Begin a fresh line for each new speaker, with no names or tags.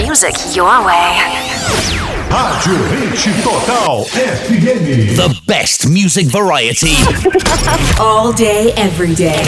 music your way.
Rádio Hit Total FM.
The best music variety
All day, every day.